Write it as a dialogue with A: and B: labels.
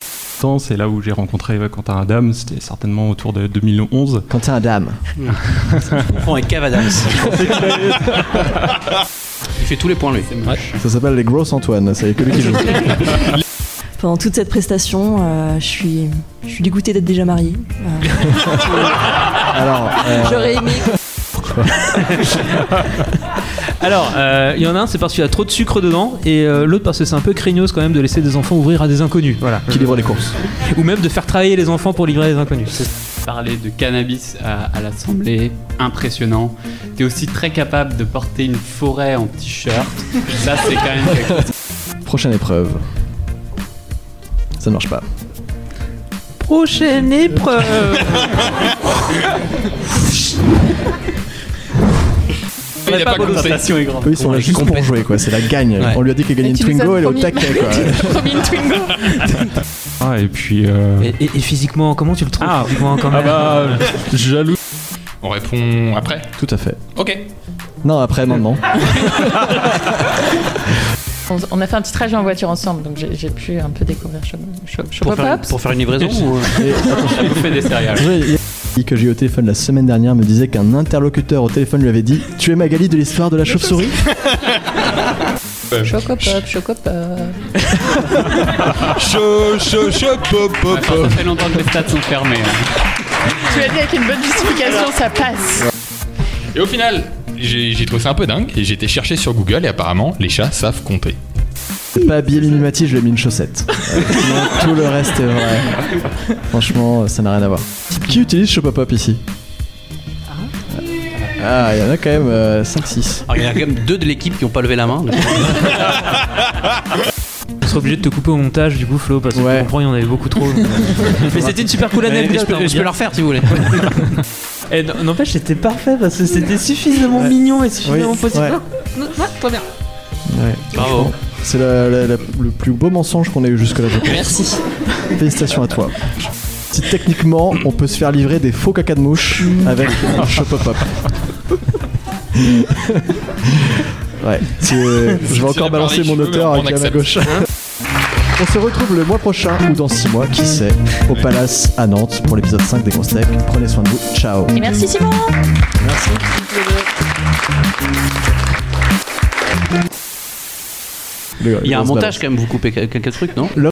A: l'adolescence et là où j'ai rencontré ouais, Quentin Adam, c'était certainement autour de 2011.
B: Quentin Adam.
C: Je comprends avec Cave Adams. Il fait tous les points, lui.
B: Ça s'appelle les Grosses Antoine, ça y est que lui qui joue.
D: Pendant toute cette prestation, euh, je suis je suis dégoûtée d'être déjà mariée. Euh,
B: Alors, euh,
D: J'aurais aimé.
E: Alors, euh, il y en a un, c'est parce qu'il y a trop de sucre dedans, et euh, l'autre parce que c'est un peu craignos quand même de laisser des enfants ouvrir à des inconnus. Voilà.
B: qui livre les courses.
E: Ou même de faire travailler les enfants pour livrer à des inconnus.
F: Parler de cannabis à, à l'Assemblée, impressionnant. T'es aussi très capable de porter une forêt en t-shirt. Ça, c'est quand même quelque chose.
B: Prochaine épreuve. Ça ne marche pas.
E: Prochaine épreuve
F: Il n'y a pas
E: bolossé.
F: compris.
B: Eux, ils sont là juste pour jouer, quoi. C'est la gagne.
E: Ouais.
B: On lui a dit qu'il gagnait une
D: Tu nous as
B: Twingo, elle est au
D: promis-
B: taquet, quoi.
D: promis une Twingo.
A: Ah, et puis. euh,
E: et, et- et physiquement, comment tu le trouves
A: Ah.
E: physiquement quand
A: Ah
E: même
A: bah, jaloux.
F: On répond après
B: Tout à fait.
F: Ok.
B: Non, après, maintenant.
G: On, on a fait un petit trajet en voiture ensemble, donc j'ai j'ai pu un peu découvrir Choco Choco- Choco
C: Pour faire,
G: Pops.
C: pour faire une livraison ou... euh,
B: Et attention,
F: On fait des céréales.
B: il y a une que j'ai eu au téléphone la semaine dernière me disait qu'un interlocuteur au téléphone lui avait dit Tu es Magali de l'histoire de la chauve-souris
G: Choco Pop, Choco Pop.
H: Chaud, chaud, chaud, pop, pop,
F: Attends, ça fait longtemps que les stats sont fermés. hein.
G: Tu l'as dit avec une bonne justification, ça passe.
H: Et au final, j'ai j'ai trouvé ça un peu dingue et j'ai été chercher sur Google et apparemment, les chats savent compter.
B: C'est Pas habillé Minimati, je lui ai mis une chaussette. Euh, sinon, tout le reste est vrai. Franchement, euh, ça n'a rien à voir. Qui utilise Chopopop ici Ah, il y en a quand même 5-6.
C: Alors, il y en a quand même deux de l'équipe qui n'ont pas levé la main. donc-
E: On sera obligé de te couper au montage du coup, Flo, parce que
B: Ouais.
E: tu comprends, il y en avait beaucoup trop. Mais c'était une super cool
C: Mais
E: anecdote.
C: je peux,
E: hein,
C: je peux
E: on
C: la refaire si vous voulez.
E: dirait. Eh, n- N'empêche, c'était parfait parce que c'était suffisamment mignon et suffisamment
B: Oui,
E: possible.
B: ouais. Ouais.
C: Bravo.
B: C'est la- la- la- le plus beau mensonge qu'on ait eu jusque-là, je pense.
G: Merci.
B: Félicitations à toi. Si techniquement, on peut se faire livrer des faux caca de mouche avec un Chopopop. ouais, c'est- je vais
H: Si elle a
B: encore balancer
H: parlé
B: mon
H: cheveux,
B: auteur
H: on
B: avec la main
H: accepte.
B: gauche. On se retrouve le mois prochain ou dans 6 mois, qui sait, au Palace à Nantes pour l'épisode 5 des Grosses Tech. Prenez soin de vous, ciao
G: Et merci Simon.
C: Il y a un montage quand même, vous coupez quelques trucs, non
B: Là,